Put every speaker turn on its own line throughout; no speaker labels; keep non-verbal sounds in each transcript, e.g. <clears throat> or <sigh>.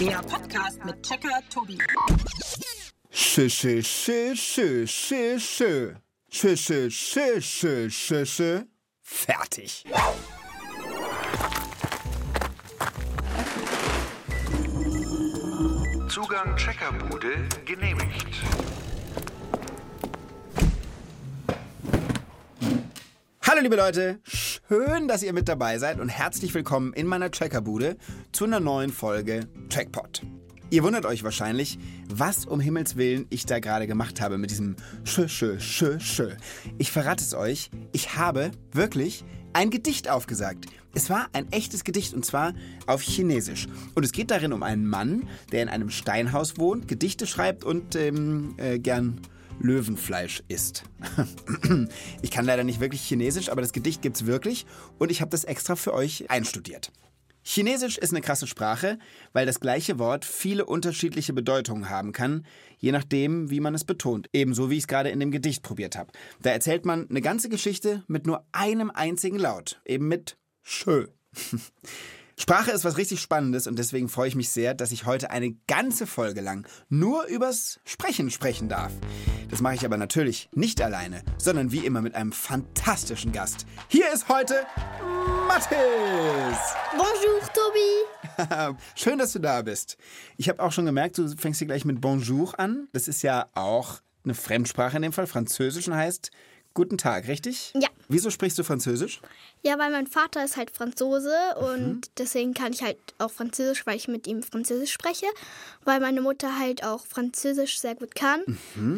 Der Podcast mit Checker Tobi.
Schö, schö, schö, schö, schö, schö. Schö, schö, schö, schö, schö, schö. Fertig.
Zugang Checkerbude genehmigt.
Hallo liebe Leute, schön, dass ihr mit dabei seid und herzlich willkommen in meiner Checkerbude zu einer neuen Folge Checkpot. Ihr wundert euch wahrscheinlich, was um Himmels Willen ich da gerade gemacht habe mit diesem Schö, Schö, Schö, Schö. Ich verrate es euch, ich habe wirklich ein Gedicht aufgesagt. Es war ein echtes Gedicht und zwar auf Chinesisch. Und es geht darin um einen Mann, der in einem Steinhaus wohnt, Gedichte schreibt und ähm, äh, gern Löwenfleisch isst. <clears throat> ich kann leider nicht wirklich Chinesisch, aber das Gedicht gibt's wirklich und ich habe das extra für euch einstudiert. Chinesisch ist eine krasse Sprache, weil das gleiche Wort viele unterschiedliche Bedeutungen haben kann, je nachdem, wie man es betont. Ebenso wie ich es gerade in dem Gedicht probiert habe. Da erzählt man eine ganze Geschichte mit nur einem einzigen Laut, eben mit Schö. Sprache ist was richtig Spannendes und deswegen freue ich mich sehr, dass ich heute eine ganze Folge lang nur übers Sprechen sprechen darf. Das mache ich aber natürlich nicht alleine, sondern wie immer mit einem fantastischen Gast. Hier ist heute Mathis!
Bonjour Tobi.
Schön, dass du da bist. Ich habe auch schon gemerkt, du fängst hier gleich mit Bonjour an. Das ist ja auch eine Fremdsprache in dem Fall. Französisch und heißt Guten Tag, richtig?
Ja.
Wieso sprichst du Französisch?
Ja, weil mein Vater ist halt Franzose und deswegen kann ich halt auch Französisch, weil ich mit ihm Französisch spreche. Weil meine Mutter halt auch Französisch sehr gut kann,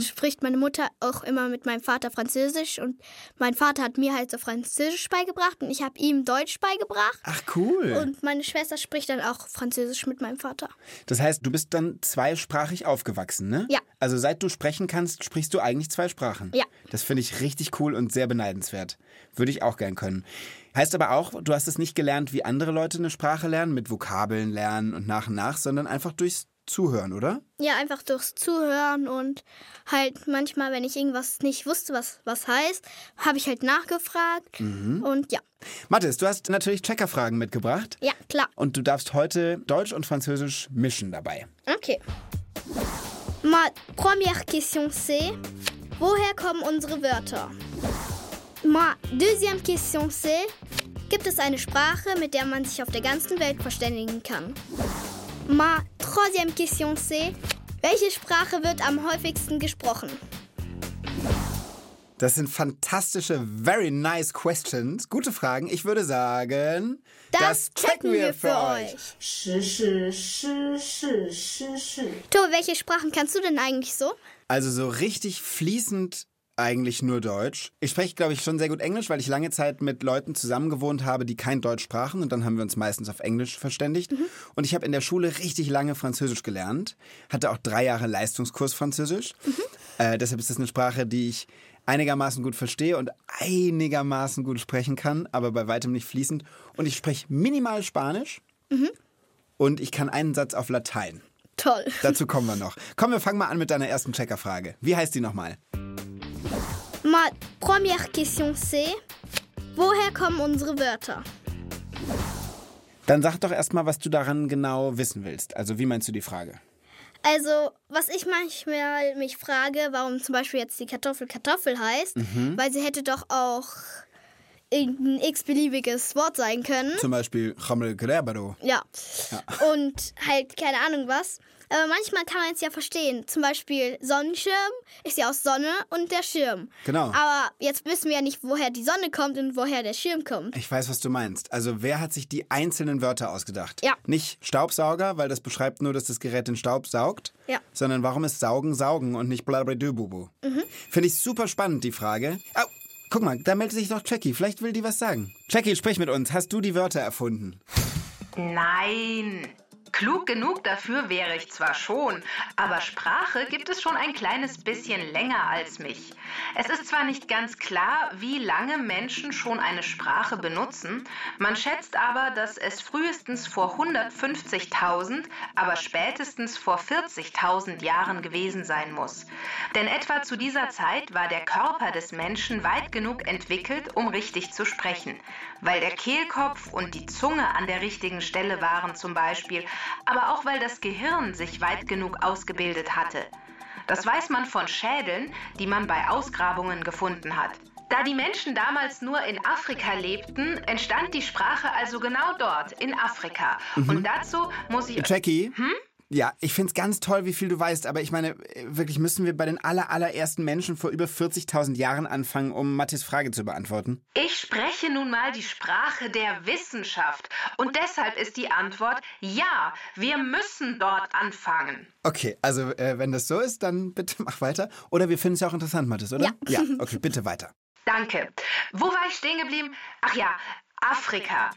spricht meine Mutter auch immer mit meinem Vater Französisch und mein Vater hat mir halt so Französisch beigebracht und ich habe ihm Deutsch beigebracht.
Ach cool.
Und meine Schwester spricht dann auch Französisch mit meinem Vater.
Das heißt, du bist dann zweisprachig aufgewachsen, ne?
Ja.
Also seit du sprechen kannst, sprichst du eigentlich zwei Sprachen.
Ja.
Das finde ich richtig cool und sehr beneidenswert. Würde ich auch gern können. Heißt aber auch, du hast es nicht gelernt, wie andere Leute eine Sprache lernen, mit Vokabeln lernen und nach und nach, sondern einfach durchs Zuhören, oder?
Ja, einfach durchs Zuhören und halt manchmal, wenn ich irgendwas nicht wusste, was was heißt, habe ich halt nachgefragt. Und ja,
Mathis, du hast natürlich Checkerfragen mitgebracht.
ja, klar.
Und du darfst heute Deutsch und Französisch mischen dabei.
Ok. Ma première question c'est woher kommen unsere Wörter? Ma deuxième question c'est gibt es eine Sprache, mit der man sich auf der ganzen Welt verständigen kann? Ma troisième question c'est welche Sprache wird am häufigsten gesprochen?
Das sind fantastische, very nice questions. Gute Fragen. Ich würde sagen,
To, welche Sprachen kannst du denn eigentlich so?
Also so richtig fließend eigentlich nur Deutsch. Ich spreche, glaube ich, schon sehr gut Englisch, weil ich lange Zeit mit Leuten zusammengewohnt habe, die kein Deutsch sprachen. Und dann haben wir uns meistens auf Englisch verständigt. Und ich habe in der Schule richtig lange Französisch gelernt. Hatte auch drei Jahre Leistungskurs Französisch. Äh, deshalb ist das eine Sprache, die ich einigermaßen gut verstehe und einigermaßen gut sprechen kann, aber bei weitem nicht fließend. Und ich spreche minimal Spanisch. Und ich kann einen Satz auf Latein.
Toll.
Dazu kommen wir noch. Komm, wir fangen mal an mit deiner ersten Checkerfrage. Wie heißt die nochmal?
Ma première question c'est woher kommen unsere Wörter?
Dann sag doch erstmal, was du daran genau wissen willst. Also, wie meinst du die Frage?
Also, was ich manchmal mich frage, warum zum Beispiel jetzt die Kartoffel Kartoffel heißt, weil sie hätte doch auch irgendein x-beliebiges Wort sein können.
Zum Beispiel Chommel Gräbero.
Ja. Und halt keine Ahnung was. Aber manchmal kann man es ja verstehen. Zum Beispiel Sonnenschirm ist ja aus Sonne und der Schirm.
Genau.
Aber jetzt wissen wir ja nicht, woher die Sonne kommt und woher der Schirm kommt.
Ich weiß, was du meinst. Also, wer hat sich die einzelnen Wörter ausgedacht?
Ja.
Nicht Staubsauger, weil das beschreibt nur, dass das Gerät den Staub saugt.
Ja.
Sondern warum ist Saugen Saugen und nicht Blablabla-Bubu? Mhm. Finde ich super spannend, die Frage. Au, guck mal, da meldet sich doch Jackie. Vielleicht will die was sagen. Jackie, sprich mit uns. Hast du die Wörter erfunden?
Nein. Klug genug dafür wäre ich zwar schon, aber Sprache gibt es schon ein kleines bisschen länger als mich. Es ist zwar nicht ganz klar, wie lange Menschen schon eine Sprache benutzen, man schätzt aber, dass es frühestens vor 150.000, aber spätestens vor 40.000 Jahren gewesen sein muss. Denn etwa zu dieser Zeit war der Körper des Menschen weit genug entwickelt, um richtig zu sprechen. Weil der Kehlkopf und die Zunge an der richtigen Stelle waren zum Beispiel, aber auch weil das Gehirn sich weit genug ausgebildet hatte. Das weiß man von Schädeln, die man bei Ausgrabungen gefunden hat. Da die Menschen damals nur in Afrika lebten, entstand die Sprache also genau dort, in Afrika. Und dazu muss ich.
Jackie? Ja, ich find's ganz toll, wie viel du weißt, aber ich meine, wirklich müssen wir bei den aller, allerersten Menschen vor über 40.000 Jahren anfangen, um Mathis Frage zu beantworten.
Ich spreche nun mal die Sprache der Wissenschaft. Und deshalb ist die Antwort ja, wir müssen dort anfangen.
Okay, also äh, wenn das so ist, dann bitte mach weiter. Oder wir finden es ja auch interessant, Mathis, oder? Ja. Ja, okay, bitte weiter.
Danke. Wo war ich stehen geblieben? Ach ja, Afrika.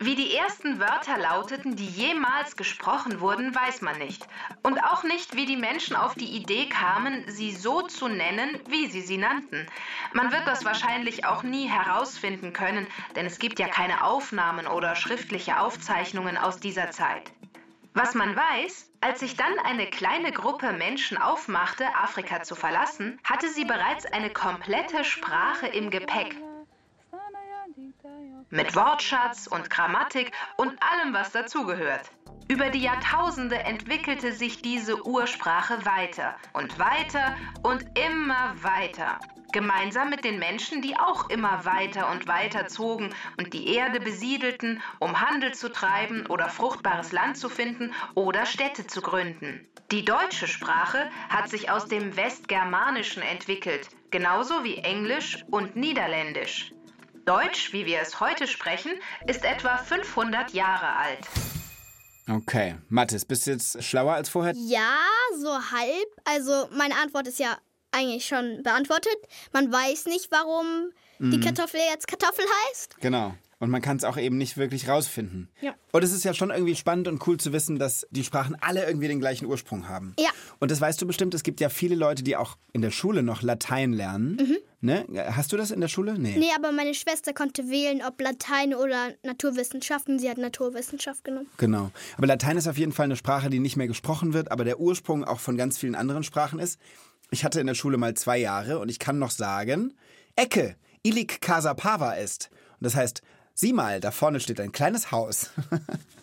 Wie die ersten Wörter lauteten, die jemals gesprochen wurden, weiß man nicht. Und auch nicht, wie die Menschen auf die Idee kamen, sie so zu nennen, wie sie sie nannten. Man wird das wahrscheinlich auch nie herausfinden können, denn es gibt ja keine Aufnahmen oder schriftliche Aufzeichnungen aus dieser Zeit. Was man weiß, als sich dann eine kleine Gruppe Menschen aufmachte, Afrika zu verlassen, hatte sie bereits eine komplette Sprache im Gepäck. Mit Wortschatz und Grammatik und allem, was dazugehört. Über die Jahrtausende entwickelte sich diese Ursprache weiter und weiter und immer weiter. Gemeinsam mit den Menschen, die auch immer weiter und weiter zogen und die Erde besiedelten, um Handel zu treiben oder fruchtbares Land zu finden oder Städte zu gründen. Die deutsche Sprache hat sich aus dem Westgermanischen entwickelt, genauso wie Englisch und Niederländisch. Deutsch, wie wir es heute sprechen, ist etwa 500 Jahre alt.
Okay, Mathis, bist du jetzt schlauer als vorher?
Ja, so halb. Also meine Antwort ist ja eigentlich schon beantwortet. Man weiß nicht, warum die Kartoffel jetzt Kartoffel heißt.
Genau. Und man kann es auch eben nicht wirklich rausfinden.
Ja.
Und es ist ja schon irgendwie spannend und cool zu wissen, dass die Sprachen alle irgendwie den gleichen Ursprung haben.
Ja.
Und das weißt du bestimmt, es gibt ja viele Leute, die auch in der Schule noch Latein lernen. Ne? Hast du das in der Schule? Nee.
Mhm. Nee, aber meine Schwester konnte wählen, ob Latein oder Naturwissenschaften. Sie hat Naturwissenschaft genommen.
Genau. Aber Latein ist auf jeden Fall eine Sprache, die nicht mehr gesprochen wird, aber der Ursprung auch von ganz vielen anderen Sprachen ist. Ich hatte in der Schule mal zwei Jahre und ich kann noch sagen, Ecke, Ilik Casa Pava ist. Und das heißt, sieh mal, da vorne steht ein kleines Haus.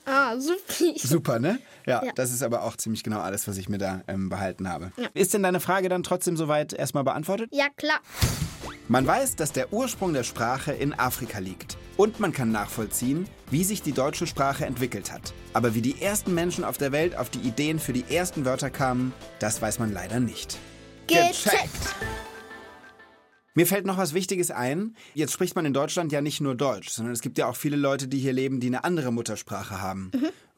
Ah, super.
Super, ne? Ja, das ist aber auch ziemlich genau alles, was ich mir da ähm, behalten habe. Ist denn deine Frage dann trotzdem soweit erstmal beantwortet?
Ja, klar.
Man weiß, dass der Ursprung der Sprache in Afrika liegt. Und man kann nachvollziehen, wie sich die deutsche Sprache entwickelt hat. Aber wie die ersten Menschen auf der Welt auf die Ideen für die ersten Wörter kamen, das weiß man leider nicht. Mir fällt noch was Wichtiges ein. Jetzt spricht man in Deutschland ja nicht nur Deutsch, sondern es gibt ja auch viele Leute, die hier leben, die eine andere Muttersprache haben.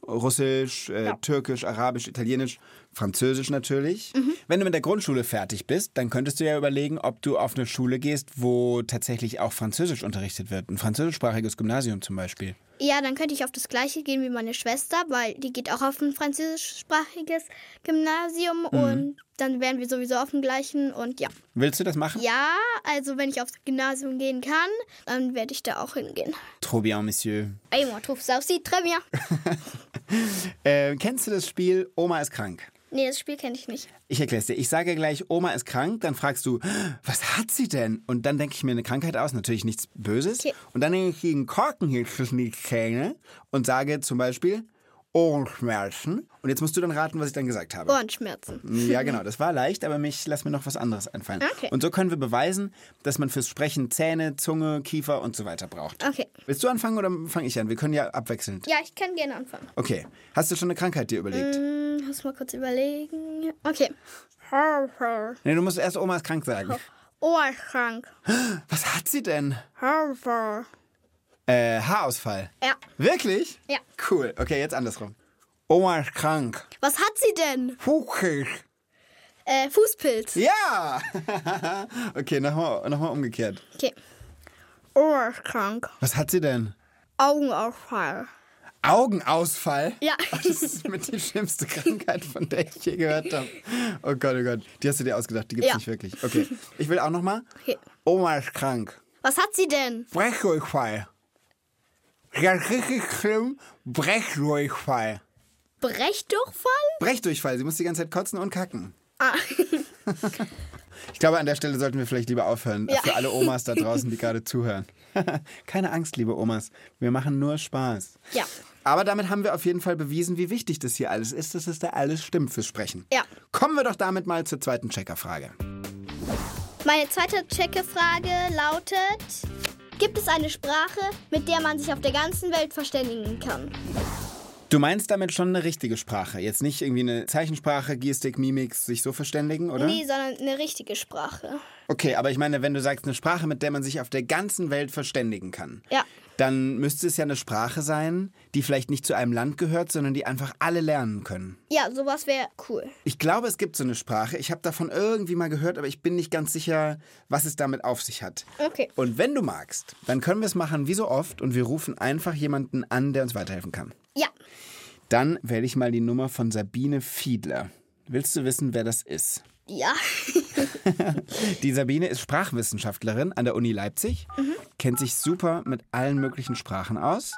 Russisch, äh, Türkisch, Arabisch, Italienisch, Französisch natürlich. Wenn du mit der Grundschule fertig bist, dann könntest du ja überlegen, ob du auf eine Schule gehst, wo tatsächlich auch Französisch unterrichtet wird. Ein französischsprachiges Gymnasium zum Beispiel.
Ja, dann könnte ich auf das gleiche gehen wie meine Schwester, weil die geht auch auf ein französischsprachiges Gymnasium und dann wären wir sowieso auf dem gleichen und ja.
Willst du das machen?
Ja, also wenn ich aufs Gymnasium gehen kann, dann werde ich da auch hingehen.
Trop bien, Monsieur.
Ey, moi, trouve ça aussi très bien.
Äh, kennst du das Spiel Oma ist krank?
Nee, das Spiel kenne ich nicht.
Ich erkläre es dir. Ich sage gleich, Oma ist krank, dann fragst du, was hat sie denn? Und dann denke ich mir eine Krankheit aus, natürlich nichts Böses.
Okay.
Und dann nehme ich einen Korken hier zwischen die Zähne und sage zum Beispiel Ohrenschmerzen. Und jetzt musst du dann raten, was ich dann gesagt
Oh,
habe.
Ohrenschmerzen.
Ja, genau. Das war leicht, aber mich lass mir noch was anderes einfallen.
Okay.
Und so können wir beweisen, dass man fürs Sprechen Zähne, Zunge, Kiefer und so weiter braucht.
Okay.
Willst du anfangen oder fange ich an? Wir können ja abwechselnd.
Ja, ich kann gerne anfangen.
Okay. Hast du schon eine Krankheit dir überlegt?
Hm, muss mal kurz überlegen. Okay.
Nee, du musst erst Oma ist krank sagen.
Oh. Ohrschrank.
Was hat sie denn? Äh, Haarausfall.
Ja.
Wirklich?
Ja.
Cool. Okay, jetzt andersrum. Oma ist krank.
Was hat sie denn?
Huchig.
Äh, Fußpilz.
Ja. <laughs> okay, nochmal noch mal umgekehrt.
Okay. Ohrschrank.
Was hat sie denn?
Augenausfall.
Augenausfall?
Ja.
Ach, <laughs> Das ist mit die schlimmste Krankheit, von der ich je gehört habe. Oh Gott, oh Gott. Die hast du dir ausgedacht, die gibt's
Ja.
nicht wirklich. Okay. Ich will auch nochmal.
Okay.
Oma ist krank.
Was hat sie denn?
Brechdurchfall. Ja, richtig schlimm. Brechdurchfall.
Brechdurchfall?
Brechdurchfall. Sie muss die ganze Zeit kotzen und kacken.
Ah. <laughs>
Ich glaube, an der Stelle sollten wir vielleicht lieber aufhören.
Ja.
Für alle Omas <laughs> da draußen, die gerade zuhören. Keine Angst, liebe Omas. Wir machen nur Spaß.
Ja.
Aber damit haben wir auf jeden Fall bewiesen, wie wichtig das hier alles ist, dass es da alles stimmt fürs Sprechen.
Ja.
Kommen wir doch damit mal zur zweiten Checkerfrage.
Meine zweite Checkerfrage lautet: Gibt es eine Sprache, mit der man sich auf der ganzen Welt verständigen kann?
Du meinst damit schon eine richtige Sprache, jetzt nicht irgendwie eine Zeichensprache, Gestik, Mimik, sich so verständigen, oder?
Nee, sondern eine richtige Sprache.
Okay, aber ich meine, wenn du sagst, eine Sprache, mit der man sich auf der ganzen Welt verständigen kann,
Ja.
dann müsste es ja eine Sprache sein, die vielleicht nicht zu einem Land gehört, sondern die einfach alle lernen können.
Ja, sowas wäre cool.
Ich glaube, es gibt so eine Sprache. Ich habe davon irgendwie mal gehört, aber ich bin nicht ganz sicher, was es damit auf sich hat.
Okay.
Und wenn du magst, dann können wir es machen wie so oft und wir rufen einfach jemanden an, der uns weiterhelfen kann.
Ja.
Dann wähle ich mal die Nummer von Sabine Fiedler. Willst du wissen, wer das ist?
Ja. <laughs>
Die Sabine ist Sprachwissenschaftlerin an der Uni Leipzig, kennt sich super mit allen möglichen Sprachen aus.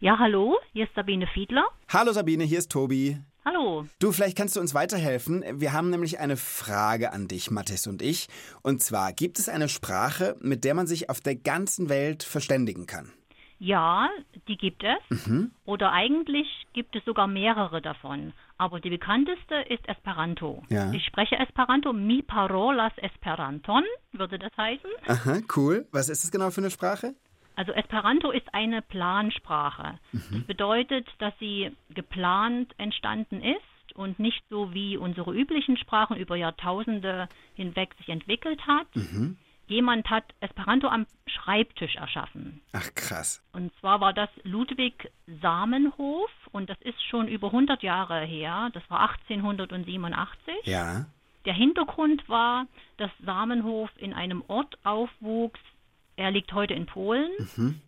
Ja, hallo, hier ist Sabine Fiedler.
Hallo Sabine, hier ist Tobi.
Hallo.
Du, vielleicht kannst du uns weiterhelfen. Wir haben nämlich eine Frage an dich, Mathis und ich. Und zwar, gibt es eine Sprache, mit der man sich auf der ganzen Welt verständigen kann?
Ja, die gibt es. Oder eigentlich gibt es sogar mehrere davon. Aber die bekannteste ist Esperanto.
Ja.
Ich spreche Esperanto, mi parolas Esperanton, würde das heißen.
Aha, cool. Was ist das genau für eine Sprache?
Also Esperanto ist eine Plansprache. Das bedeutet, dass sie geplant entstanden ist und nicht so wie unsere üblichen Sprachen über Jahrtausende hinweg sich entwickelt hat. Jemand hat Esperanto am Schreibtisch erschaffen.
Ach, krass.
Und zwar war das Ludwig Samenhof und das ist schon über 100 Jahre her. Das war 1887.
Ja.
Der Hintergrund war, dass Samenhof in einem Ort aufwuchs, er liegt heute in Polen,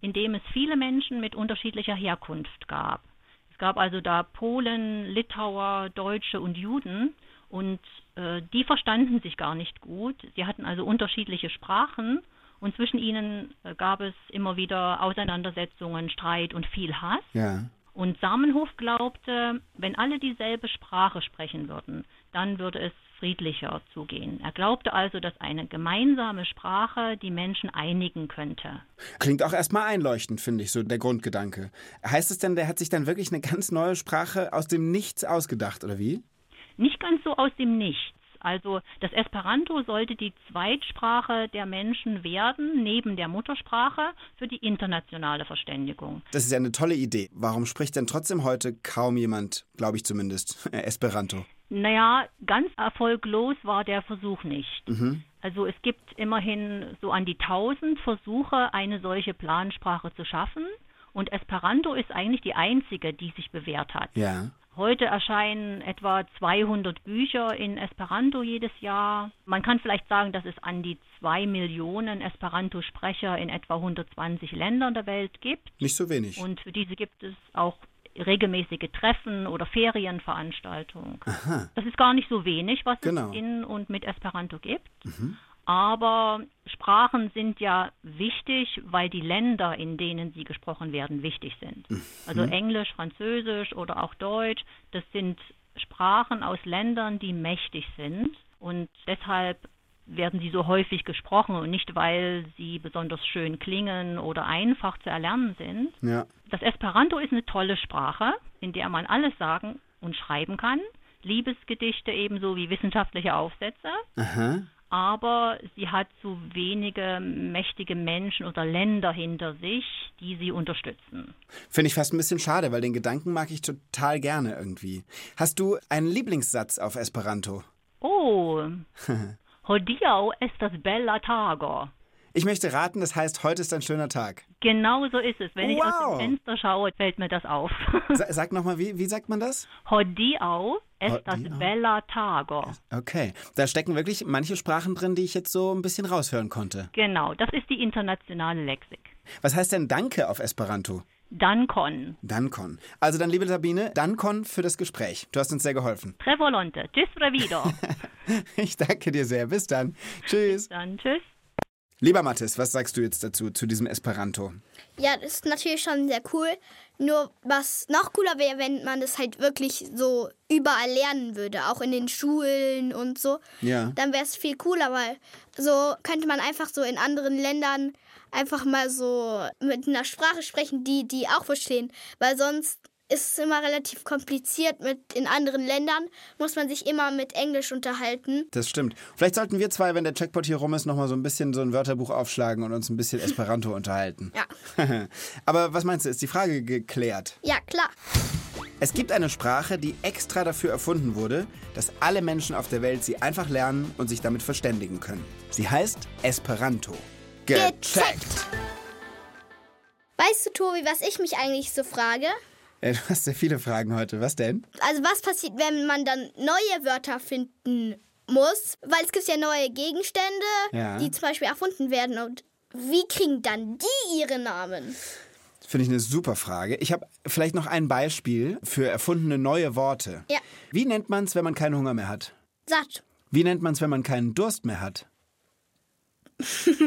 in dem es viele Menschen mit unterschiedlicher Herkunft gab. Es gab also da Polen, Litauer, Deutsche und Juden und äh, die verstanden sich gar nicht gut. Sie hatten also unterschiedliche Sprachen und zwischen ihnen äh, gab es immer wieder Auseinandersetzungen, Streit und viel Hass.
Ja.
Und Samenhof glaubte, wenn alle dieselbe Sprache sprechen würden, dann würde es friedlicher zugehen. Er glaubte also, dass eine gemeinsame Sprache die Menschen einigen könnte.
Klingt auch erstmal einleuchtend, finde ich, so der Grundgedanke. Heißt es denn, der hat sich dann wirklich eine ganz neue Sprache aus dem Nichts ausgedacht, oder wie?
Nicht ganz so aus dem Nichts. Also das Esperanto sollte die Zweitsprache der Menschen werden, neben der Muttersprache, für die internationale Verständigung.
Das ist ja eine tolle Idee. Warum spricht denn trotzdem heute kaum jemand, glaube ich zumindest, <laughs> Esperanto?
Naja, ganz erfolglos war der Versuch nicht. Also es gibt immerhin so an die 1000 Versuche, eine solche Plansprache zu schaffen. Und Esperanto ist eigentlich die einzige, die sich bewährt hat.
Ja.
Heute erscheinen etwa 200 Bücher in Esperanto jedes Jahr. Man kann vielleicht sagen, dass es an die 2 Millionen Esperanto-Sprecher in etwa 120 Ländern der Welt gibt.
Nicht so wenig.
Und für diese gibt es auch regelmäßige Treffen oder Ferienveranstaltungen. Das ist gar nicht so wenig, was
Genau.
es in und mit Esperanto gibt. Aber Sprachen sind ja wichtig, weil die Länder, in denen sie gesprochen werden, wichtig sind. Also Englisch, Französisch oder auch Deutsch, das sind Sprachen aus Ländern, die mächtig sind. Und deshalb werden sie so häufig gesprochen und nicht, weil sie besonders schön klingen oder einfach zu erlernen sind.
ja.
Das Esperanto ist eine tolle Sprache, in der man alles sagen und schreiben kann. Liebesgedichte ebenso wie wissenschaftliche Aufsätze. Aber sie hat so wenige mächtige Menschen oder Länder hinter sich, die sie unterstützen.
Finde ich fast ein bisschen schade, weil den Gedanken mag ich total gerne irgendwie. Hast du einen Lieblingssatz auf Esperanto? <laughs>
Oh, hodiau estas bella tago.
Ich möchte raten, das heißt, heute ist ein schöner Tag.
Genau so ist es. Wenn ich aus
Wow.
dem Fenster schaue, fällt mir das auf. <laughs>
Sa sag nochmal, wie, wie sagt man das?
hodiau estas
Hodiaŭ.
bella tago.
Okay. Da stecken wirklich manche Sprachen drin, die ich jetzt so ein bisschen raushören konnte.
Genau, das ist die internationale Lexik.
Was heißt denn Danke auf Esperanto?
Dankon.
Dankon. Also dann, liebe Sabine, Dankon für das Gespräch. Du hast uns sehr geholfen. <laughs>
Trevolonte. Tschüss, Revido.
Ich danke dir sehr. Bis dann. Tschüss.
Dann tschüss.
Lieber Mathis, was sagst du jetzt dazu, zu diesem Esperanto?
Ja, das ist natürlich schon sehr cool. Nur was noch cooler wäre, wenn man das halt wirklich so überall lernen würde, auch in den Schulen und so.
Ja.
Dann wäre es viel cooler, weil so könnte man einfach so in anderen Ländern einfach mal so mit einer Sprache sprechen, die die auch verstehen. Weil sonst ist es immer relativ kompliziert mit in anderen Ländern, muss man sich immer mit Englisch unterhalten.
Das stimmt. Vielleicht sollten wir zwei, wenn der Checkpot hier rum ist, nochmal so ein bisschen so ein Wörterbuch aufschlagen und uns ein bisschen
<laughs>
Esperanto unterhalten.
Ja.
<laughs> Aber was meinst du, ist die Frage geklärt?
Ja, klar.
Es gibt eine Sprache, die extra dafür erfunden wurde, dass alle Menschen auf der Welt sie einfach lernen und sich damit verständigen können. Sie heißt Esperanto.
Gecheckt. Weißt du, Tobi, was ich mich eigentlich so frage?
Äh, Du hast sehr viele Fragen heute. Was denn?
Also was passiert, wenn man dann neue Wörter finden muss? Weil es gibt ja neue Gegenstände,
Ja.
die zum Beispiel erfunden werden. Und wie kriegen dann die ihre Namen?
Finde ich eine super Frage. Ich habe vielleicht noch ein Beispiel für erfundene neue Worte.
Ja.
Wie nennt man es, wenn man keinen Hunger mehr hat?
Satt.
Wie nennt man es, wenn man keinen Durst mehr hat?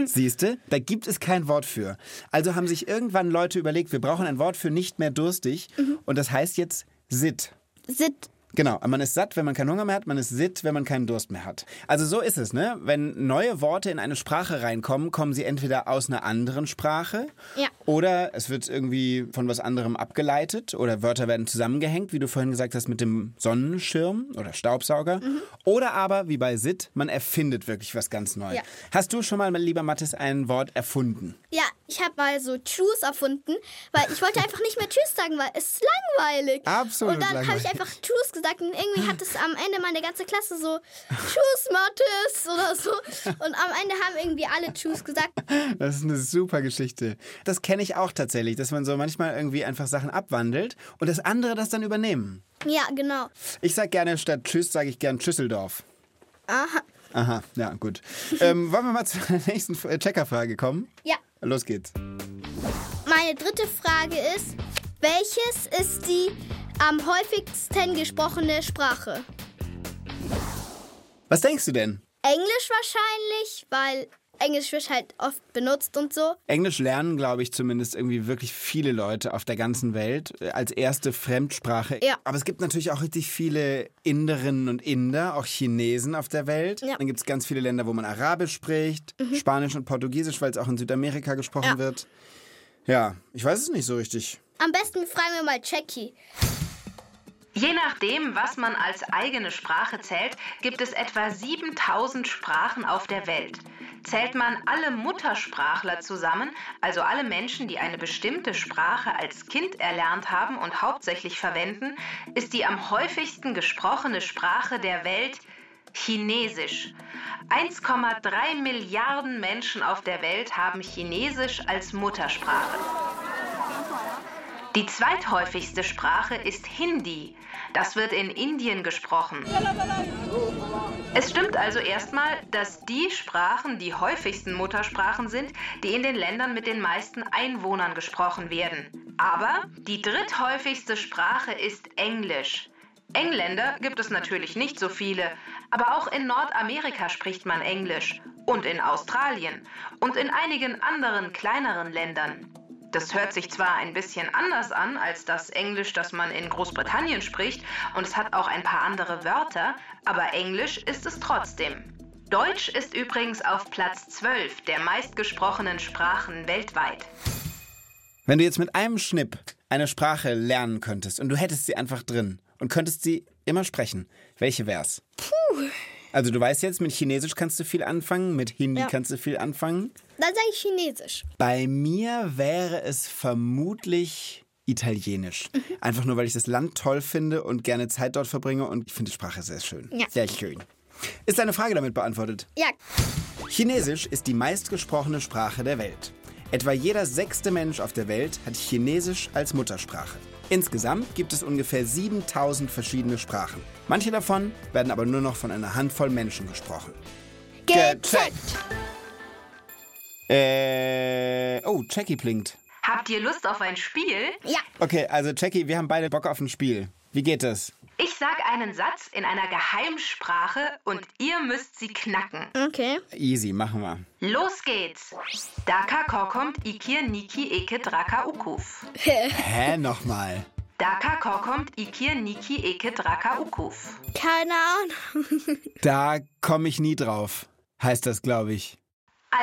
Siehste, da gibt es kein Wort für. Also haben sich irgendwann Leute überlegt, wir brauchen ein Wort für nicht mehr durstig. Und das heißt jetzt Sit.
Sitt.
Genau, man ist satt, wenn man keinen Hunger mehr hat, man ist sitt, wenn man keinen Durst mehr hat. Also so ist es, ne? Wenn neue Worte in eine Sprache reinkommen, kommen sie entweder aus einer anderen Sprache
Ja.
oder es wird irgendwie von was anderem abgeleitet oder Wörter werden zusammengehängt, wie du vorhin gesagt hast, mit dem Sonnenschirm oder Staubsauger.
Mhm.
Oder aber, wie bei Sitt, man erfindet wirklich was ganz Neues.
Ja.
Hast du schon mal, mein lieber Mathis, ein Wort erfunden?
Ja, ich habe mal so Tschüss erfunden, weil ich wollte einfach nicht mehr Tschüss sagen, weil es ist langweilig.
Absolut
Und dann habe ich
langweilig.
einfach Tschüss gesagt und irgendwie hat es am Ende meine ganze Klasse so Tschüss, Mathis oder so. Und am Ende haben irgendwie alle Tschüss gesagt.
Das ist eine super Geschichte. Das kenne ich auch tatsächlich, dass man so manchmal irgendwie einfach Sachen abwandelt und das andere das dann übernehmen.
Ja, genau.
Ich sag gerne statt Tschüss, sage ich gern Tschüsseldorf. Aha. Aha, ja, gut. ähm, wollen wir mal zur <laughs> nächsten F- äh, Checkerfrage kommen?
Ja.
Los geht's.
Meine dritte Frage ist, welches ist die am häufigsten gesprochene Sprache?
Was denkst du denn?
Englisch wahrscheinlich, weil Englisch wird halt oft benutzt und so.
Englisch lernen, glaube ich, zumindest irgendwie wirklich viele Leute auf der ganzen Welt äh, als erste Fremdsprache.
Ja.
Aber es gibt natürlich auch richtig viele Inderinnen und Inder, auch Chinesen auf der Welt.
Ja. Mhm.
Dann gibt es ganz viele Länder, wo man Arabisch spricht, Spanisch und Portugiesisch, weil es auch in Südamerika gesprochen
Ja.
wird. Ja, ich weiß es nicht so richtig.
Am besten fragen wir mal Jackie.
Je nachdem, was man als eigene Sprache zählt, gibt es etwa 7000 Sprachen auf der Welt. Zählt man alle Muttersprachler zusammen, also alle Menschen, die eine bestimmte Sprache als Kind erlernt haben und hauptsächlich verwenden, ist die am häufigsten gesprochene Sprache der Welt Chinesisch. 1,3 Milliarden Menschen auf der Welt haben Chinesisch als Muttersprache. Die zweithäufigste Sprache ist Hindi. Das wird in Indien gesprochen. Es stimmt also erstmal, dass die Sprachen die häufigsten Muttersprachen sind, die in den Ländern mit den meisten Einwohnern gesprochen werden. Aber die dritthäufigste Sprache ist Englisch. Engländer gibt es natürlich nicht so viele, aber auch in Nordamerika spricht man Englisch und in Australien und in einigen anderen kleineren Ländern. Das hört sich zwar ein bisschen anders an als das Englisch, das man in Großbritannien spricht, und es hat auch ein paar andere Wörter, aber Englisch ist es trotzdem. Deutsch ist übrigens auf Platz 12 der meistgesprochenen Sprachen weltweit.
Wenn du jetzt mit einem Schnipp eine Sprache lernen könntest und du hättest sie einfach drin und könntest sie immer sprechen, welche wär's? Puh. Also du weißt jetzt, mit Chinesisch kannst du viel anfangen, mit Hindi kannst du viel anfangen.
Dann sage ich Chinesisch.
Bei mir wäre es vermutlich Italienisch. Einfach nur, weil ich das Land toll finde und gerne Zeit dort verbringe und ich finde die Sprache sehr schön.
Ja.
Sehr schön. Ist deine Frage damit beantwortet?
Ja,
Chinesisch ist die meistgesprochene Sprache der Welt. Etwa jeder sechste Mensch auf der Welt hat Chinesisch als Muttersprache. Insgesamt gibt es ungefähr 7000 verschiedene Sprachen. Manche davon werden aber nur noch von einer Handvoll Menschen gesprochen. Gecheckt. Äh, oh, Jackie blinkt.
Habt ihr Lust auf ein Spiel?
Ja,
Okay, also Jackie, wir haben beide Bock auf ein Spiel. Wie geht das?
Ich sage einen Satz in einer Geheimsprache und ihr müsst sie knacken.
okay.
Easy, machen wir.
Los geht's! Daka kokommt ikir niki eke draka ukuf.
Hä, nochmal.
Daka kokommt ikir niki eke draka ukuf.
<laughs> Keine Ahnung.
Da komme ich nie drauf, heißt das, glaube ich.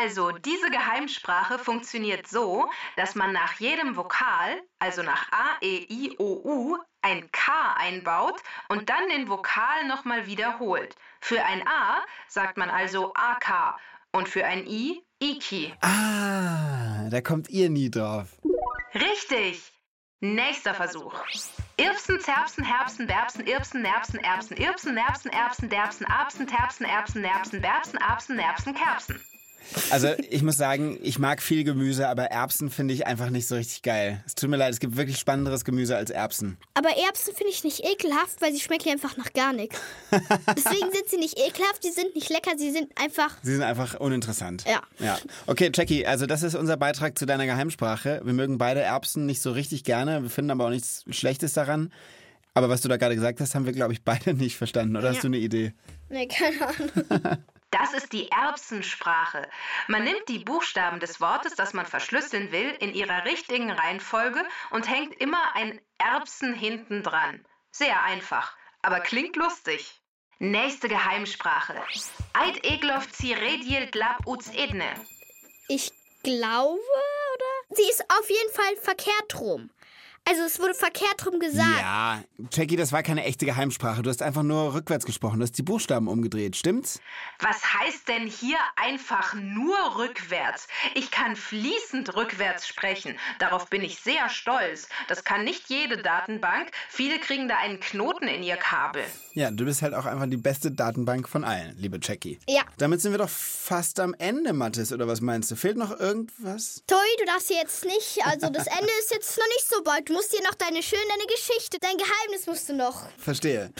Also, diese Geheimsprache funktioniert so, dass man nach jedem Vokal, also nach A, E, I, O, U, ein K einbaut und dann den Vokal nochmal wiederholt. Für ein A sagt man also AK und für ein I Iki.
Ah, da kommt ihr nie drauf.
Richtig! Nächster Versuch. Irpsen, Zerpsen, Herbsen, Berbsen, Irpsen, Nerpsen, Erbsen, Irpsen, Nerpsen, Erbsen, Derbsen, Erbsen, Terpsen, Erbsen, Nerbsen, Berbsen, Erbsen, Nerpsen, Kerbsen.
Also ich muss sagen, ich mag viel Gemüse, aber Erbsen finde ich einfach nicht so richtig geil. Es tut mir leid, es gibt wirklich spannenderes Gemüse als Erbsen.
Aber Erbsen finde ich nicht ekelhaft, weil sie schmecken ja einfach nach
<laughs>
gar nichts. Deswegen sind sie nicht ekelhaft, sie sind nicht lecker, sie sind einfach.
Sie sind einfach uninteressant.
Ja.
ja. Okay, Jackie, also das ist unser Beitrag zu deiner Geheimsprache. Wir mögen beide Erbsen nicht so richtig gerne, wir finden aber auch nichts Schlechtes daran. Aber was du da gerade gesagt hast, haben wir, glaube ich, beide nicht verstanden. Oder hast du eine Idee?
Nee, keine Ahnung.
Das ist die Erbsensprache. Man nimmt die Buchstaben des Wortes, das man verschlüsseln will, in ihrer richtigen Reihenfolge und hängt immer ein Erbsen hinten dran. Sehr einfach, aber klingt lustig. Nächste Geheimsprache. Eid eglof ziredil glab uz edne.
Ich glaube, oder? Sie ist auf jeden Fall verkehrt rum. Also es wurde verkehrt rum gesagt.
Ja, Jackie, das war keine echte Geheimsprache. Du hast einfach nur rückwärts gesprochen. Du hast die Buchstaben umgedreht, stimmt's?
Was heißt denn hier einfach nur rückwärts? Ich kann fließend rückwärts sprechen. Darauf bin ich sehr stolz. Das kann nicht jede Datenbank. Viele kriegen da einen Knoten in ihr Kabel.
Ja, du bist halt auch einfach die beste Datenbank von allen, liebe Jackie.
Ja.
Damit sind wir doch fast am Ende, Mathis, oder was meinst du? Fehlt noch irgendwas?
Toi, du darfst hier jetzt nicht. Also das Ende ist jetzt noch nicht so bald. Du musst dir noch deine schöne deine Geschichte, dein Geheimnis musst du noch. <laughs>
Verstehe.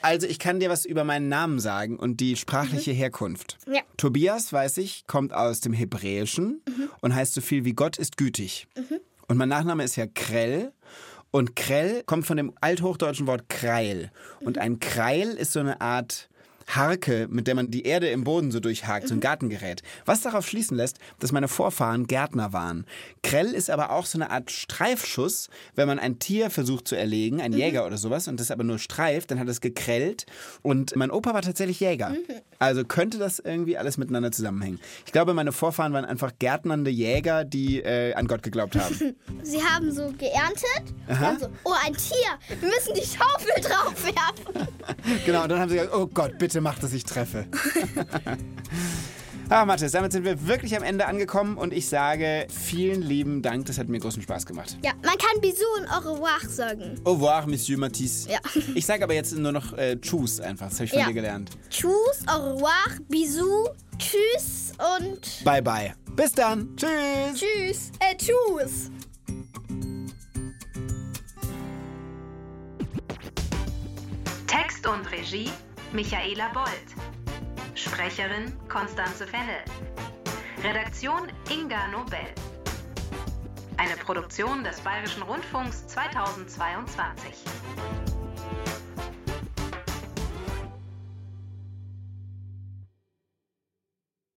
Also, ich kann dir was über meinen Namen sagen und die sprachliche Herkunft.
Mhm. Ja.
Tobias, weiß ich, kommt aus dem Hebräischen
Mhm.
und heißt so viel wie Gott ist gütig. Und mein Nachname ist ja Krell. Und Krell kommt von dem althochdeutschen Wort Kreil. Und ein Kreil ist so eine Art Harke, mit der man die Erde im Boden so durchhakt, so ein Gartengerät. Was darauf schließen lässt, dass meine Vorfahren Gärtner waren. Krell ist aber auch so eine Art Streifschuss, wenn man ein Tier versucht zu erlegen, ein Jäger oder sowas, und das aber nur streift, dann hat es gekrellt. Und mein Opa war tatsächlich Jäger. Also könnte das irgendwie alles miteinander zusammenhängen. Ich glaube, meine Vorfahren waren einfach gärtnernde Jäger, die äh, an Gott geglaubt haben.
Sie haben so geerntet. Dann so, oh, ein Tier. Wir müssen die Schaufel <laughs> drauf werfen.
genau, und dann haben sie gesagt, oh Gott, bitte mach, dass ich <laughs> treffe. Ah, Mathis, damit sind wir wirklich am Ende angekommen und ich sage vielen lieben Dank, das hat mir großen Spaß gemacht.
Ja, man kann Bisou und Au revoir sagen.
Au revoir, Monsieur Matisse.
Ja.
Ich sage aber jetzt nur noch äh, Tschüss einfach, das habe ich von
Ja.
dir gelernt.
Tschüss, au revoir, Bisou, tschüss und
Bye, bye. Bis dann. Tschüss.
tschüss. Äh, tschüss.
Text und Regie Michaela Bold. Sprecherin Konstanze Fennel. Redaktion Inga Nobel. Eine Produktion des Bayerischen Rundfunks 2022.